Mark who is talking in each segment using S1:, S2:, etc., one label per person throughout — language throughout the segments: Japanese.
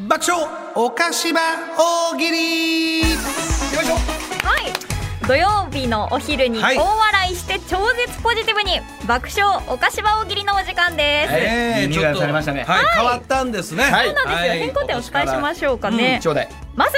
S1: 爆笑おかしば大喜利よいしょ
S2: はい土曜日のお昼に
S1: はい
S2: 大笑いして超絶ポジティブに爆笑お菓子場大喜利のお時間です、
S3: はい
S1: え
S3: リ
S1: ー
S3: ニューアルされましたね
S1: はい、変わったんですね
S3: はい
S2: そうなんですよ、変更点をお伝えしましょうかね、
S3: ちょうだい
S2: まず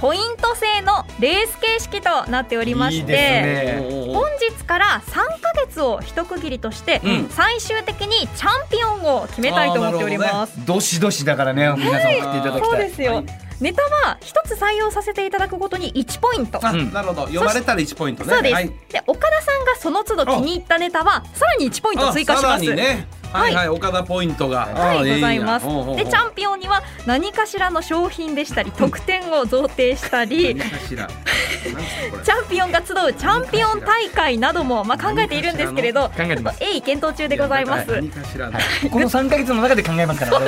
S2: ポイント制のレース形式となっておりまして
S3: いいですね
S2: 本日から3ヶ月を一区切りとして、
S1: うん
S2: 最終的にチャンピオンを決めたいと思っております、
S3: どしどしだからね皆さん送っていただきたい
S2: そうですよ、
S3: はい
S2: ネタは一つ採用させていただくごとに1ポイント
S1: あ、
S3: うん
S1: なるほど呼ばれたら1ポイントね
S2: そうです、
S1: はい
S2: で岡田さんがその都度気に入ったネタはさらに1ポイント
S1: あ
S2: 追加し
S1: さ
S2: ま
S1: ら
S2: す
S1: にねはいはい、岡田ポイントが
S2: は
S1: あ
S2: い、
S1: ー
S2: ございます。
S1: いいなおうおうおう
S2: で、チャンピオンには何かしらの商品でしたり、特典を贈呈したり、
S1: 何
S2: チ
S1: かしら何すかこれ
S2: ャンピオンが集うチャンピオン大会などもまあ考えているんですけれど、
S3: 考えてます
S2: 鋭意検討中でございます。
S1: 何かしらの
S3: この3ヶ月の中で考えますからね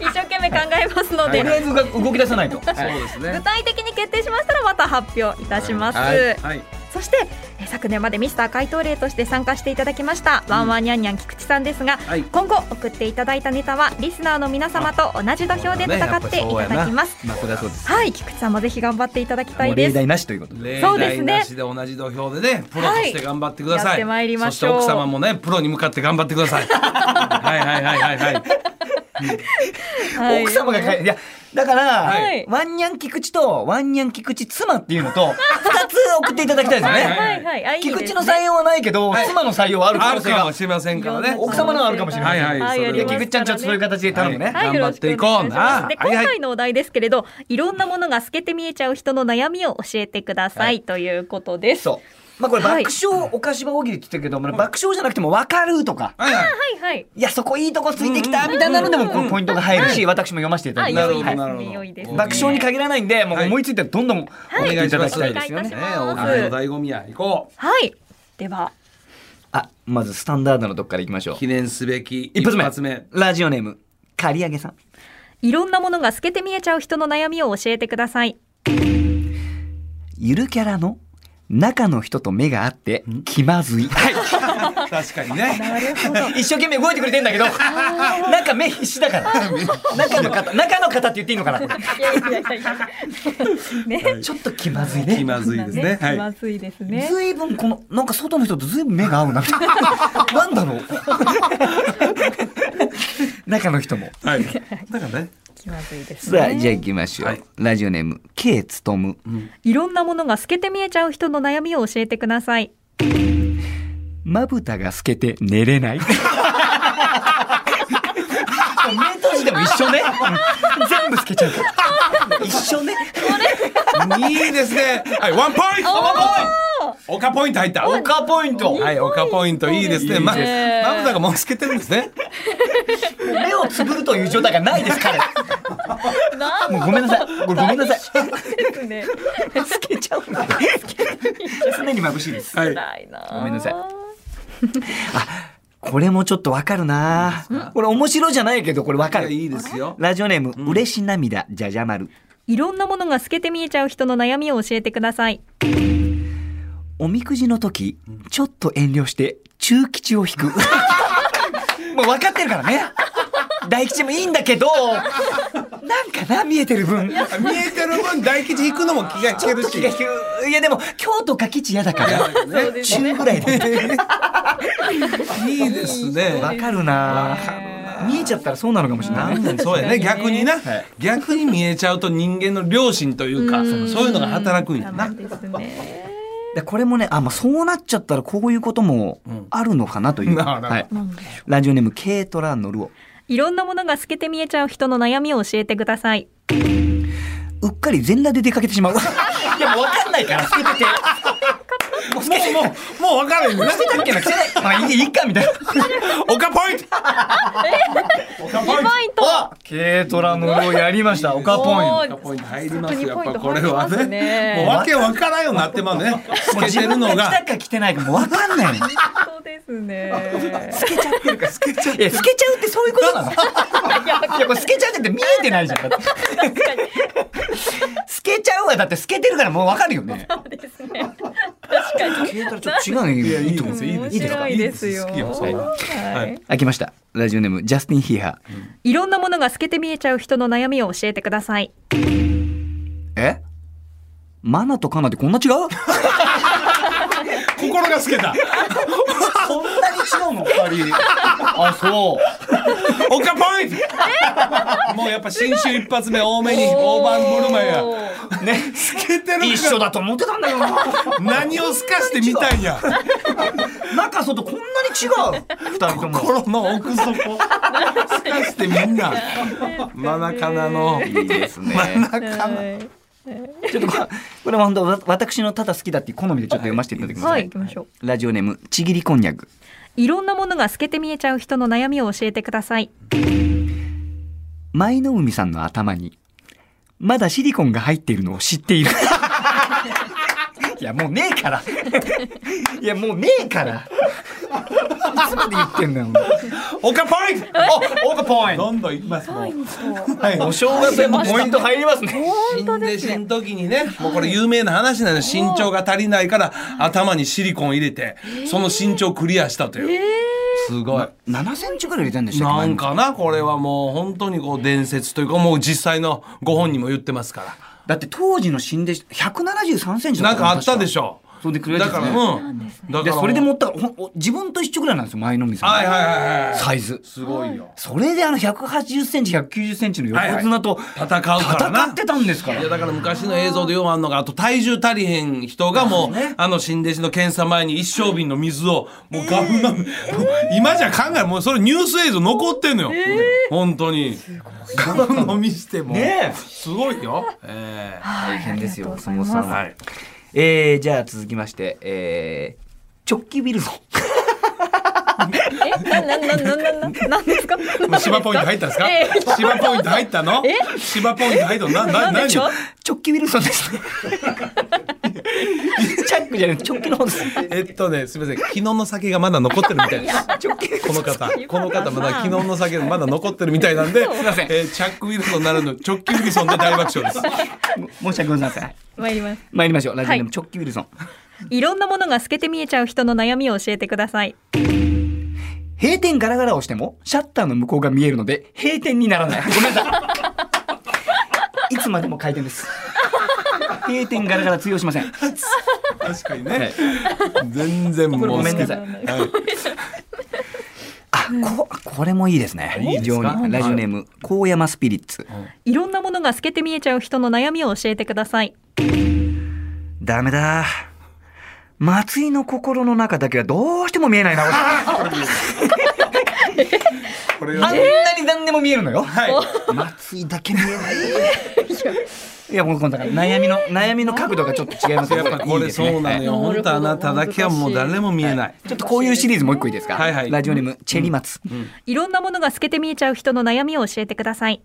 S2: 一生懸命考えますの
S3: とりあ
S2: で、
S3: えずが動き出さないと
S1: そうですね
S2: 具体的に決定しましたらまた発表いたします。
S1: はいはい
S2: そしてえ昨年までミスター回答例として参加していただきました、ワンワンニャンニャン菊池さんですが、
S1: はい
S2: 今後送っていただいたネタはリスナーの皆様と同じ土俵で戦っていただきます。
S3: まあこれはそうです
S2: はい、菊池さんもぜひ頑張っていただきた
S3: も
S2: いうで
S3: 例
S2: す。
S3: 題なしということで
S1: 例
S2: そうです
S1: 題
S2: ね
S1: なしで同じ土俵でねプロとして頑張ってください、
S2: はいやってまいりましょう
S1: そして奥様もねプロに向かって頑張ってくださいはいはいはいはいはい
S2: はい
S3: 奥様がかいやだから、
S2: はい
S3: ワンニャン菊池とワンニャン菊池妻っていうのと二つ送っていただきたいですよね
S1: はいはい
S2: はいはいあいいです
S3: 菊
S2: ね
S3: 池の採用はないけど、
S1: はい
S3: 妻の採用はある可
S1: あ
S3: 能
S1: る
S3: 性
S1: か
S3: が
S1: もしれませんからね
S3: 奥様のはあるかもしれない
S1: はいはい
S2: はい
S1: それ
S2: やります
S3: 菊池ちゃんちょっとそういう形で頼むね、
S1: はい
S2: はい、よろしくお願いします
S1: 頑張っていこうな
S2: で、今
S1: はいはい
S2: 回のお題ですけれど、いろんなものが透けて見えちゃう人の悩みを教えてくださ
S3: はい
S2: ということです。は
S3: そうまあこれ
S2: はい
S3: 爆笑お菓子場大喜利って言ってるけど、爆笑じゃなくても分かるとか
S1: はいはい
S2: いはい。
S3: いやそこいいとこついてきたみたいなのでもこうポイントが入るし、私も読ませていただ
S2: あ、
S3: き
S1: な
S3: ま
S1: る
S2: 良
S3: す
S1: ほど
S2: いです
S1: なるほ
S2: ね、
S1: ど
S2: 良いですね。
S3: 爆笑に限らないんでもう
S1: はい
S3: 思いついたらどんどん送っていただきたいですよ
S2: お願い
S3: ね、
S2: します
S1: ね大喜利の醍醐味や行こう
S2: はい。では、
S3: あまずスタンダードのとこからいきましょう
S1: 記念すべき
S3: 一発目
S1: 発目
S3: ラジオネーム刈り上げさん
S2: いろんなものが透けて見えちゃう人の悩みを教えてくださ い。
S3: ゆるキャラの中の人と目が合って気まずい、
S1: 確かに ね
S3: 一生懸命動いてくれてんだけ どなんか 目必死だから中の方中の方って言っていいのかなこれ
S2: いやいやいやいや。ね、
S3: ちょっと気まずい
S1: 気
S3: ね
S1: まずいですね
S2: 気
S1: は
S2: ま
S1: い
S2: ずいですね。
S3: ずいぶんこのなんか外の人とずいぶん目が合うな みたいななん だろう中の人も
S1: はいだからね
S2: 気まずいです
S3: さあじゃあ
S2: ね。
S3: 行きましょう、
S1: はい
S3: ラジオネーム K つとむ
S2: いろんなものが透けて見えちゃう人の悩みを教えてください。
S3: まぶたが透けて寝れない目閉じでも一緒ねうん全部透けちゃうから一緒ね
S1: いいですねはいワンポイントおかポイント入った
S3: 岡ポイント
S1: はいおかポイントいいですねま
S3: いい
S2: ね
S1: まぶたがもう透けてるんですね
S3: 目をつぶるという状態がないですから
S2: な
S3: もうごめんなさいこれごめんなさい
S2: です ね。
S3: 透けちゃうん だ常に眩しいです
S1: はい
S2: 辛いな。
S3: ごめんなさいこれもちょっとわかるなこれ面白じゃないけどこれわか
S1: いや
S3: る
S1: いいです よ
S3: ラジオネーム嬉し涙じゃじゃ丸
S2: いろんなものが透けて見えちゃう人の悩みを教えてください。
S3: おみくじの時、ちょっと遠慮して、中吉を引 く。もう分かってるからね。大吉もいいんだけど、なんかな、見えてる分。ちょっ
S1: 見えてる分大吉引くのも気が引ける
S3: と
S1: し
S3: 気が引く。いや、でも、今日とか吉嫌だから、
S1: ね
S3: 中ぐらいで。
S1: いいですね
S3: 分かるな
S2: かる
S3: 見えちゃったらそうなのかもしれない。
S1: そうやね逆にな逆に見えちゃうと人間の良心というかそういうのが働くんや
S2: ダ
S1: な
S2: メですね。
S3: でこれもね、あ、まあ、そうなっちゃったらこういうこともあるのかなという。
S1: なるほど
S3: はい。ラジオネーム、ケイトラ・ノルオ。
S2: いろんなものが透けて見えちゃう人の悩みを教えてください。
S3: うっかり全裸で出かけてしまう。いや、もう分かんないから、透けてて。もう透けてて
S1: もう分かるよね
S3: してたっけなしてないまあいいいいかみたいな
S1: オカポイントオカポイント
S2: ポイント。
S3: 軽トラのやりましたオカポイン
S2: おー
S1: オカポイント入ります
S2: 本当に
S1: よ
S2: ポイ
S1: やっ
S2: ント
S1: ぱこれは
S2: 入りますね
S1: ねもうわけわからんようになってまうね透けてるの
S3: 来た
S1: が
S3: か来てないかもう分かんないの
S2: そうですね。
S3: 透けちゃってるから透けちゃって透けちゃうってそういうことなのいやこれ透けちゃうって見えてないじゃん だって透けちゃうはだって透けてるからもう分かるよね
S2: そうですね。確
S3: 軽トラちょっと違うのいいいいと思う
S1: いい
S2: 面
S1: ですか
S2: 白いですよ。
S1: いいです好きよ
S2: は
S1: はいい。
S3: 開きましたラジオネームジャスティン・ヒーハー
S2: いろんなものが透けて見えちゃう人の悩みを教えてください。
S3: えマナとカナってこんな違うこん
S1: 心が透けた。
S3: なに違うの 二人あそう
S1: オカポイント。もうやっぱ新州一発目多めに大盤振る舞いや。
S3: ね
S1: 透けてる
S3: 一緒だと思ってたんだけどな
S1: 何を透かしてみたいや。
S3: 中外こんなに違う二人とも
S1: 心の奥底。透かしてみんな。真中なの。
S3: いいですね
S1: 真中な。
S2: はい
S3: ちょっとこれこれも本当わ私のただ好きだっていう好みでちょっと読ませていただきますね、
S2: はい、行きましょう。
S3: ラジオネームちぎりこんにゃく
S2: いろんなものが透けて見えちゃう人の悩みを教えてください。
S3: 舞の海さんの頭にまだシリコンが入っているのを知っている いやもうねえからいやもうねえからいつまで言ってんだよ
S1: オカポ イント。
S3: おオーポイ
S1: どんどんいきます。もう
S3: はいお正月でもポイント入りますね
S1: 新弟子の時にね、もうこれ有名な話なのよ身長が足りないから頭にシリコン入れて、その身長クリアしたという。すごい。
S3: 7センチぐらい入れてんでしたっけ
S1: なんかな、これはもう本当にこう伝説というか、もう実際のご本人も言ってますから。
S3: だって当時の新弟子173センチ
S1: なんかあったでし
S3: ょ
S1: ょ
S3: それでくれ
S1: だ
S3: た
S1: から、
S3: ね
S1: うん。だ
S3: でそれで
S1: も
S3: 持ったらほんお自分と一緒ぐらいなんですよ前のみ
S1: う、
S3: さん、
S1: はいはいはいはい。
S3: サイズ
S1: すごいよ。
S3: それであの180センチ190センチの横綱と
S1: 戦うからな。
S3: 戦ってたんですから
S1: いやだから昔の映像でようあんのがあと体重足りへん人がもう、あの新弟子の検査前に一升瓶の水をもうガブガブ、 今じゃ考えもうそれニュース映像残ってんのよ、本当にガブ飲みしても、
S3: ねえ
S1: すごいよ、ええ
S3: 大変ですよ、
S2: あ
S3: お
S2: りがとうご
S3: 相撲
S2: ざいま
S3: さん
S2: す
S3: は。
S1: はい
S3: えー、じゃあ続きまして、えー、直帰ビルド。
S2: え、な、な、な、な、な、な、なんです か。
S1: もう芝ポイント入ったんですか、
S2: ええ
S1: 芝ポイント入ったの
S2: え
S1: 芝ポイント入ったのな、な、
S2: なんで
S1: 何
S2: しょう
S3: 直帰ビルドですね。チャックじゃなくて直帰の方です。
S1: えっとね、すみません、昨日の酒がまだ残ってるみたいです。
S3: 直帰
S1: この 方、この方まだ
S2: さん
S1: 昨日の酒まだ残ってるみたいなんで、
S2: すい
S3: ません
S1: えーチャックウィルソンならぬ直球ウィルソンで大爆笑です。
S3: 申し訳ございません。
S2: 参ります。
S3: 参りましょう。ラジオネ
S2: は
S3: ーム
S2: い
S3: 直帰ビルソン。
S2: いろんなものが透けて見えちゃう人の悩みを教えてください。
S3: 閉店ガラガラをしても、シャッターの向こうが見えるので、閉店にならない。ごめんなさ い。いつまでも開店です。閉店ガラガラ通用しませ ん。
S1: 確かにね。全然もう
S3: ごめんなさい
S1: 好きはい
S3: あ、こ、これもいいですね。
S1: いいで
S3: 非
S1: す
S3: 常
S1: か
S3: に。ラジオネーム、高山スピリッツ。
S2: いろんなものが透けて見えちゃう人の悩みを教えてください。
S3: ダメだ。松井の心の中だけはどうしても見えないな、 俺
S1: これ
S3: あ
S1: は
S3: ん
S1: ね
S3: なに何でも見えるのよ。
S1: はい。
S3: 松井だけ見えない。いや、もうこの悩みの、悩みの角度がちょっと違います
S1: やっ
S3: ね
S1: ぱこれそうなのよ。本当あなただけはもう誰も見えない。
S3: ちょっとこういうシリーズもう一個いいですか。
S1: はいはい
S3: ラジオネーム、チェリマツ。
S2: いろんなものが透けて見えちゃう人の悩みを教えてください。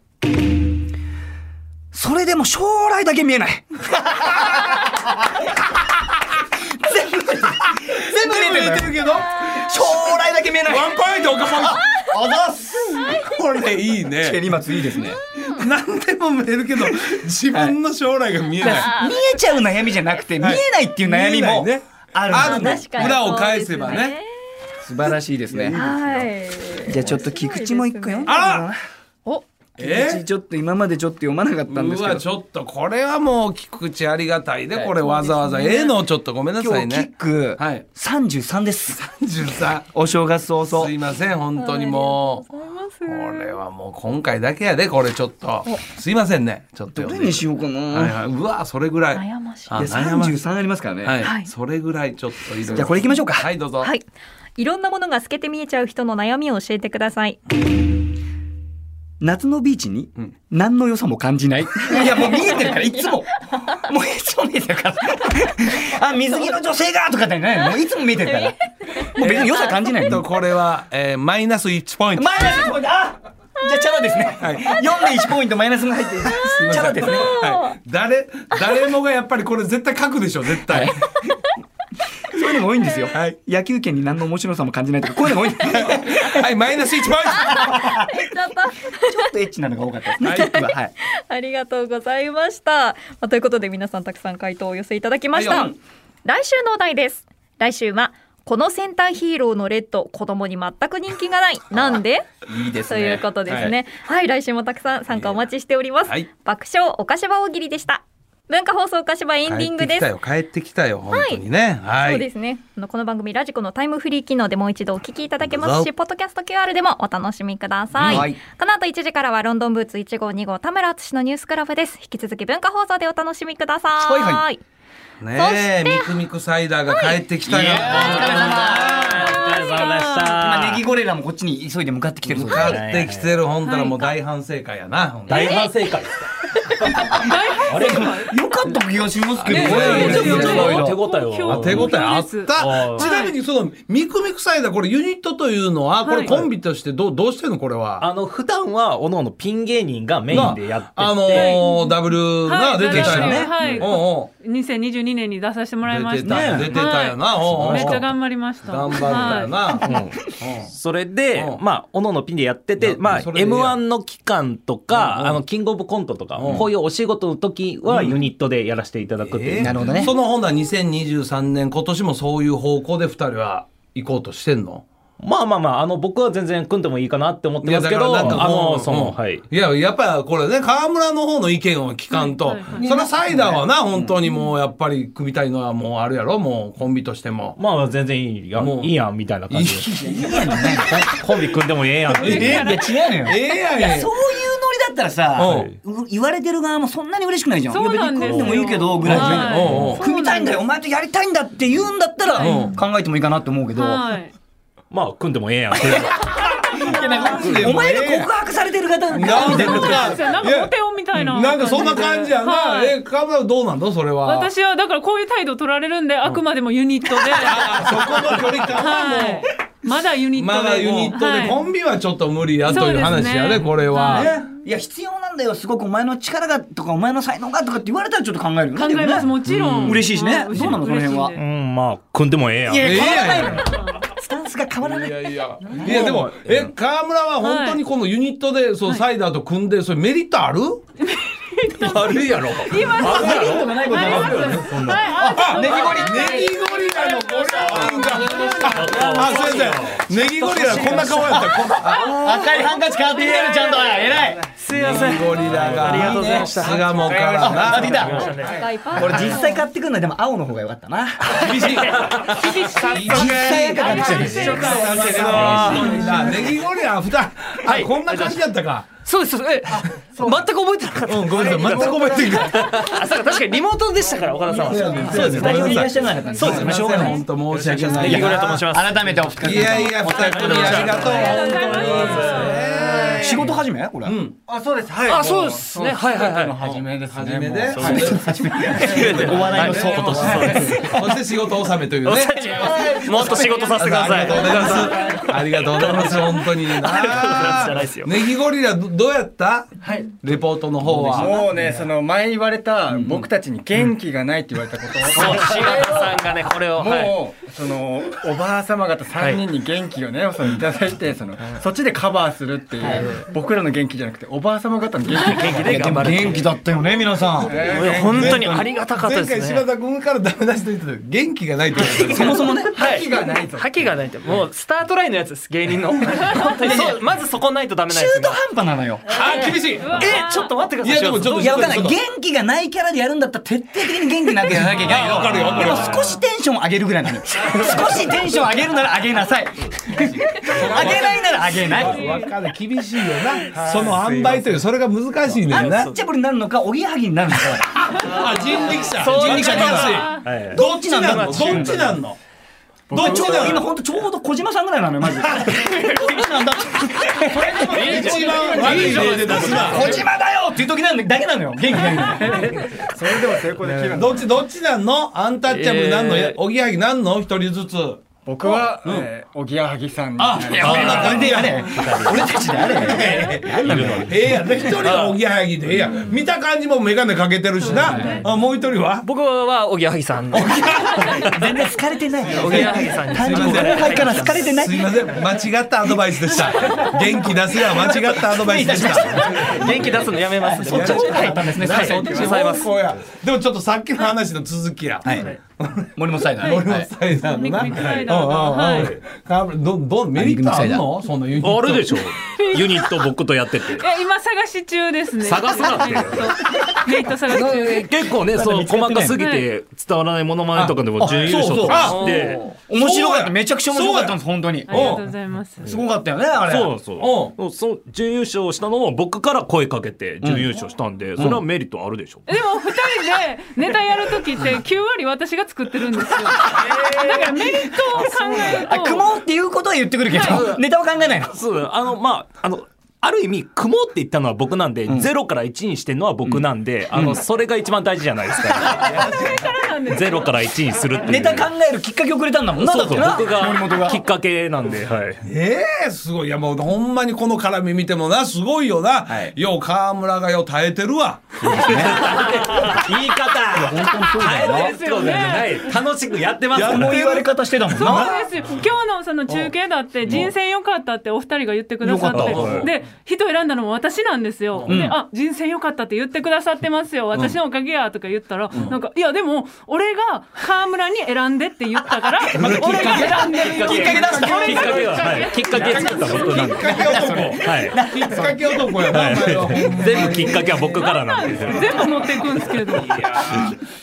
S3: それでも将来だけ見えない。全部、全部見えてる。
S1: るけど。ワ
S3: 将来だけ見えない。
S1: ンポイントおかま
S3: あざっす。
S1: こ れいい
S3: チェ
S1: ね。
S3: リマツいいですね。
S1: 何でも見えるけど、自分の将来が見えない。
S3: 見えちゃう悩みじゃなくて、見えないっていう悩みも
S1: 見えないね
S3: あるん
S1: ある
S3: ですね
S1: ね。裏を返せばね。
S3: 素晴らしいですね。
S2: はい。
S3: じゃあちょっと菊池も一個読んで
S1: あら
S2: お、
S1: え
S3: 菊池ちょっと今までちょっと読まなかったんで
S1: う
S3: すけ
S1: わ
S3: ど
S1: ちょっとこれはもう菊池ありがたいでこれわざわざええのをちょっとごめんなさ
S3: 今
S1: い
S3: 日キッ
S1: ね
S3: ク
S1: はい
S3: 33です
S1: 13
S3: お正月早
S1: す
S3: 々
S1: いません本当にもうこれはもう今回だけやでこれちょっとすいませんねちょっと
S3: ど
S1: 読
S3: れ
S1: んで
S3: にしようか
S1: はい
S3: な
S1: はいうわそれぐらい
S2: 悩ましい
S1: あ
S3: いや
S1: 悩ましい
S3: 33ありますからね
S1: はい、
S2: はい
S1: それぐらいちょっといろいろ
S3: じゃあこれ行きましょうか
S1: はいどうぞ、
S2: はい。いろんなものが透けて見えちゃう人の悩みを教えてください。
S3: 夏のビーチに
S1: ん
S3: 何の良さも感じないいやもう見えてるからい つももういつも見えてるからあ水着の女性がとかって ないもういつも見えてるからもう別に良さ感じない
S1: と
S3: の
S1: これは、えーマイナス1ポイント
S3: マイナス1ポイントあじゃあチャラですね、4で1ポイントマイナスが入ってる
S1: すいませ
S3: チャ
S1: ん
S3: ラですね
S1: はい、誰誰もがやっぱりこれ絶対書くでしょ絶対、
S3: そういうのも多いんですよ、
S1: はい
S3: 野球圏に何の面白さも感じないとかこういうのも多いんですよ
S1: はいマイナス1ポイント
S2: ちょっ と
S3: ちょっとエッチなのが多かったですね、結局ははい
S2: ありがとうございました。まあということで皆さんたくさん回答をお寄せいただきました。
S1: はいよ
S2: ね来週のお題です来週はこの戦隊ヒーローのレッド子供に全く人気がないなんで
S3: いいです
S2: と
S3: ね。
S2: いうことですねはい、来週もたくさん参加お待ちしております、
S1: はい
S2: 爆笑おかしば大喜利でした文化放送おかしばエンディングです
S1: 帰ってきたよ、帰ってきたよ、本当にね。は
S2: そう
S1: い。
S2: ですね。あのこの番組ラジコのタイムフリー機能でもう一度お聞きいただけま
S1: ど
S2: す
S1: うぞ
S2: し、ポッドキャスト QR でもお楽しみください。
S3: はい
S2: この後1時からはロンドンブーツ1号2号田村敦のニュースクラブです。引き続き文化放送でお楽しみください。
S3: はいは
S1: ねえ、みくみくサイダーが帰ってきたよ。
S4: お疲れ様でし
S3: 今ネギ
S4: た。
S3: ゴレラもこっちに急いで向かってきてるそう
S1: 向
S3: です
S1: かってきてる、ほんたらもう大反省会やな。ほんとに
S4: 大反省会ですか。あれ、
S3: よかった気がしますけど
S1: ね
S3: ね。
S1: ねちょっとちょっと
S4: 手応えを。
S1: あ手応えあっ
S4: は
S1: た。
S4: い
S1: ちなみにそのミクミクサイダーこれユニットというのはこれコンビとしてどうどうしてんのこれは。
S4: あの普段はおののピン芸人がメインでやってて、
S1: あのーダブルが出てたよね。
S5: はい
S1: うんうん
S5: 2022年に出させてもらいま
S1: 出
S5: してた。
S1: た出てたよな。うんうん
S5: はいめっちゃ頑張りました。
S1: 頑張ったよ
S5: はい。
S1: な。うん
S4: うんそれで、
S1: うん
S4: まあおののピンでやって
S1: いや
S4: て、まあ
S1: それでいいや
S4: M1 の期間とか、
S1: うんうん
S4: あのキングオブコントとか、
S1: うん
S4: こういうお仕事の時はユニットでやらせていただくっていう。
S1: えー
S3: なるほどね
S1: そのほんなら2023年今年もそういう方向で二人は行こうとしてんの。
S4: まあまあまああの僕は全然組んでもいいかなって思ってますけど、
S1: いやだからなんか
S4: あ
S1: もう
S4: のその、
S1: うん
S4: はい。
S1: いや、やっぱこれね、河村の方の意見を聞かんと、
S5: はいはいはい
S1: それはサイダーはな、本当にもうやっぱり組みたいのはもうあるやろ、もうコンビとしても。
S4: まあ全然いいや
S1: もう
S4: いいやんみたいない感
S1: い
S4: じで。コンビ組んでもええやんっていう。
S3: いや違うのよ。
S1: ええやん
S3: いやそういうノリだったらさ
S1: うん、
S3: う言われてる側もそんなに嬉しくないじゃん。
S5: そうなんですよ
S3: いや別に組んでもいいけどぐらいじゃん
S5: はい
S1: おうおう
S3: 組みたいんだよ、お前とやりたいんだって言うんだったら
S1: うん
S3: 考えてもいいかなって思うけど、
S5: はい。
S4: まあ組んでもええやんっていう。
S3: お前が告白されてる方みたい
S1: なん
S3: な。
S5: そうなんですよなんかモ
S1: か、
S5: テ男みたいな。
S1: なんかそんな感じやな。
S5: はい
S1: え、河村どうなんだそれは。
S5: 私はだからこういう態度取られるんで、あくまでもユニットで。
S1: あそこの距離感は
S5: は
S1: も
S5: い。まだユニ
S1: う、
S5: ットで。
S1: まだユニット
S5: は
S1: で、
S5: い
S1: コンビはちょっと無理やという話や
S5: そうで
S1: ね、
S5: すね
S1: これは。
S3: ねいや必要なんだよすごくお前の力がとかお前の才能がとかって言われたらちょっと考えるよね
S5: 考えます、
S3: でも
S5: も
S3: ね
S5: ちろ
S3: うん
S5: ん。
S3: 嬉しいしね
S5: はい
S3: どうなのその辺は
S4: う
S5: 嬉しいんで
S4: んまあ組んでもええやん。
S3: いや
S1: ええ
S3: 変わら
S1: やん
S3: ないのよスタンスが変わらないい
S1: やいや、いやでも、え、河村は本当にこのユニットで、そう、サイダーと組んで、それメリットある。
S4: あるやろ。
S3: メリットがないことは
S5: ありますはいあ
S3: ネ
S1: ネ
S3: ギゴリ
S1: ギゴリラのこれは。あ、先生、ネギゴリラこんな顔やった。こんな
S3: 赤いハンカチ買ってきてるちゃんと偉い
S4: すいません。
S1: ゴリラが。
S4: ありがとうございました
S1: 巣鴨からな。
S3: 買ってきた
S2: 赤いパー
S3: 俺実際買ってくんのはでも青の方が良かったな
S1: 厳しい。
S3: 実際赤買ってきてる
S1: 一緒かなんけど。ネギゴリラ、ふた、あ、こんな感じやったか。
S6: そうですえ全く覚えてなかっ
S1: うん、ごめんなさい、全く覚えてない。
S6: たあそうか確かにリモートでしたから岡田さんは
S1: そうです、ごめ
S3: 何
S1: ん
S3: もい
S1: な
S3: らっし
S1: さ
S3: ゃ
S1: い。
S3: らなかった
S1: そうですね、しょうがない。本当申し訳ない。
S6: リゴレと申します
S3: 改めてお疲れ様
S1: いやいや、二組ありがとう。本当にね
S3: 仕事始めこれ
S7: あ、そうです。はい。
S6: あそうですねはいはいはい
S7: 初めです
S1: 初めで、
S7: ね。もう
S1: はい
S3: お笑いのそうと
S1: そして仕事納めというね。
S6: もっと仕事させてくださ
S1: あ
S6: い
S1: りがとうございます。ありがとうございます。本当に
S6: じゃない
S1: な。
S6: ですよ
S1: ネギゴリラどどうやった？
S7: はい
S1: レポートの方は。
S7: もうね、その前言われた僕たちに元気がないって言われたこと
S6: そう柴田さんがねこれをはい
S7: もうそのおばあ様方3人に元気をね、そのいただいてそのそっちでカバーするっていう、僕らの元気じゃなくておばあ様方の元気
S6: 元気で頑張る
S3: 元気だったよね皆さん
S6: いや本当にありがたかった
S1: 前
S6: で
S1: 回
S6: す
S1: 柴
S6: ね
S1: 田君からダメ出しと言ってたけど元気がないって言ってた。そもそもね。
S6: はい
S7: 気がないぞ
S6: 覇気がないってもうスタートラインのやつです芸人の本当にそうまずそこないとダメなんです
S3: 中
S6: よね
S3: 途半端なのよ
S1: あー厳しい。い
S6: えちょっと待ってくだ
S1: や
S6: さい
S1: でもちょっと
S3: いやわかんない
S1: ちょっと
S3: 元気がないキャラでやるんだったら徹底的に元気なきゃなきゃいけないよ
S1: わかるよわかるよ
S3: でも少しテンション上げるぐらいなのよ 少しテンション上げるなら上げな さい上げないなら上げない
S1: わかんない厳しいよな。その塩梅というそれが難しいねん
S3: アン
S1: な。
S3: チャブルになるのかおぎやはぎになるのか
S1: あ人力車。
S6: そう
S1: 人力車
S6: 人力
S1: 難しい。
S4: はい。
S1: どっちなんの？どっちなんの？どっち
S3: ちょうど
S1: な
S3: 今
S1: の？
S3: ほんとちょうど小島さんぐらいなのよマジで
S1: 一番悪い例で出すな。
S3: 小島だよっていう時なんだけなのよ元気ないのよ
S7: それでも成功できるんだ
S1: どっちどっちなんの？アンタッチャブルなんの？おぎやはぎなんの？一人ずつ。
S7: 僕は、えーおぎやはぎさんに
S1: あ、そんな感じや ね。
S3: 俺たちであれ
S1: ええやんね、一人はおぎやはぎでええやん。見た感じも眼鏡かけてるしな。あもう一人は
S6: 僕はおぎやはぎさんの
S3: 全然疲れてない
S6: おぎやはぎさんに
S3: 単純後輩から好かれてない
S1: すいません、間違ったアドバイスでした。元気出せや間違ったアドバイスでした。
S6: 元気出すのやめますんで
S3: そっちの方だったんですね
S1: な
S6: はい
S1: そう
S6: ございま す
S1: こうやでもちょっとさっきの話の続きや。
S3: 森本サイダー。
S1: 俺もサイダーのな。
S5: ミキサイダーが
S1: うんうんうんかど、ど、メリットあるのそんなユニット。
S8: あるでしょユニット僕とやってて
S5: え今探し中ですね
S8: 探すなって
S5: ネットネット探し 中
S8: 結構ねそう細かすぎて伝わらないモノマネとかでも準優勝とかして
S3: 面白かった。めちゃくちゃ面白かったんです、本当に
S5: あ。りがとうございます
S3: すごかったよね、あれ。
S8: そうそうその準優勝したのも僕から声かけて準優勝したんでそれはメリットあるでしょ
S5: でも二人でネタやる時って9割私が作ってるんですよだからメリットを考える
S3: あ、
S5: と
S3: 雲っていうことは言ってくるけど、ネタは考えないの。
S8: そうあのまああのある意味雲って言ったのは僕なんで、ゼロから1にしてるのは僕なんで、あのそれが一番大事じゃないですか、 ゼロから1にするっていう
S3: ネタ考えるきっかけをくれたんだもんな、
S8: そ
S3: だ
S8: う
S3: っ
S8: そ
S3: て
S8: う
S3: な。
S8: 僕がきっかけなんで、はい、
S1: ええすごい。いや、もうほんまにこの絡み見てもな、すごいよな。
S3: はい
S1: よう、河村がよ、耐えてるわ。
S8: 言い方
S5: そうですよね
S8: 楽しくやってます
S1: や
S3: こう言われ方してたもんな。
S5: そうですよ今日のその中継だって人選良かったってお二人が言ってくださ
S3: 良かっ
S5: ってで人選んだのも私なんですよ、であ人選良かったって言ってくださってますよ私のおかげやとか言ったら、なんかいやでも俺が河村に選んでって言っ たから俺が選んでるよ
S3: きっかけ出した。
S8: きっかけは、はい、きっかけ作った僕なんで、
S1: きっかけ男。
S8: はい、
S1: きっかけ男やな、お前はほんまに
S8: 全部きっかけは僕から
S5: な
S8: なんん
S5: です
S8: で
S5: よ全部持っていくんですけど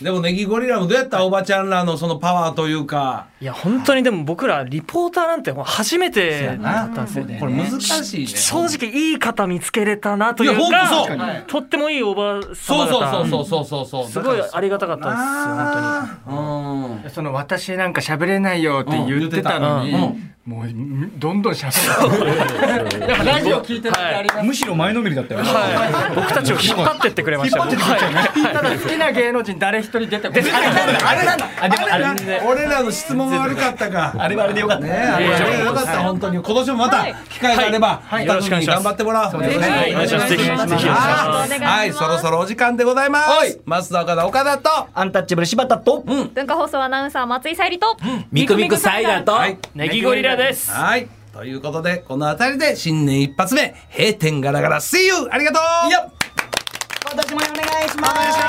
S1: でもネギゴリラもどうやったおばちゃんらのそのパワーというか。
S6: いや本当にでも僕らリポーターなんて初めてだったんですよね
S1: これ難しいね。
S6: 正直いい方見つけれたなという
S1: いや
S6: か
S1: ほんとそうは
S6: とってもいいおばあさ
S1: そう
S6: ま
S1: そ
S6: 方
S1: うそうそうそうそうそう。
S6: すごいありがたかったですよ本当に
S1: うん。
S7: その私なんか喋れないよって言ってたのに、
S1: うん言っ
S7: もうどんどん喋る。やっぱラジオ聞いてるってあります。
S3: むしろ前のめりだったよ。
S6: はい、僕たちを引っ張ってってくれました。はい
S7: ただ好きな芸能人誰一人出てこない。
S3: あれなんだ。あ、でもあれ、
S1: 俺らの質問が悪かったか。
S3: あれはあれでよかった
S1: ねえ、あれはよかった、本当に。今年もまた、機会があれば、
S6: い
S1: よろしく頑張ってもらおう。
S6: い
S1: はい
S6: お願いしますぜひぜひお願いします
S1: はいはい、そろそろお時間でございます。増田岡田岡田と、
S3: アンタッチャブル柴田と。
S2: 文化放送アナウンサー松井さゆりと、
S8: ミクミクサイダーと、
S6: ネギゴリラです。
S1: はい。ということで、この辺りで新年一発目、閉店ガラガラ、See you! ありがとう
S3: 今年もお願いします。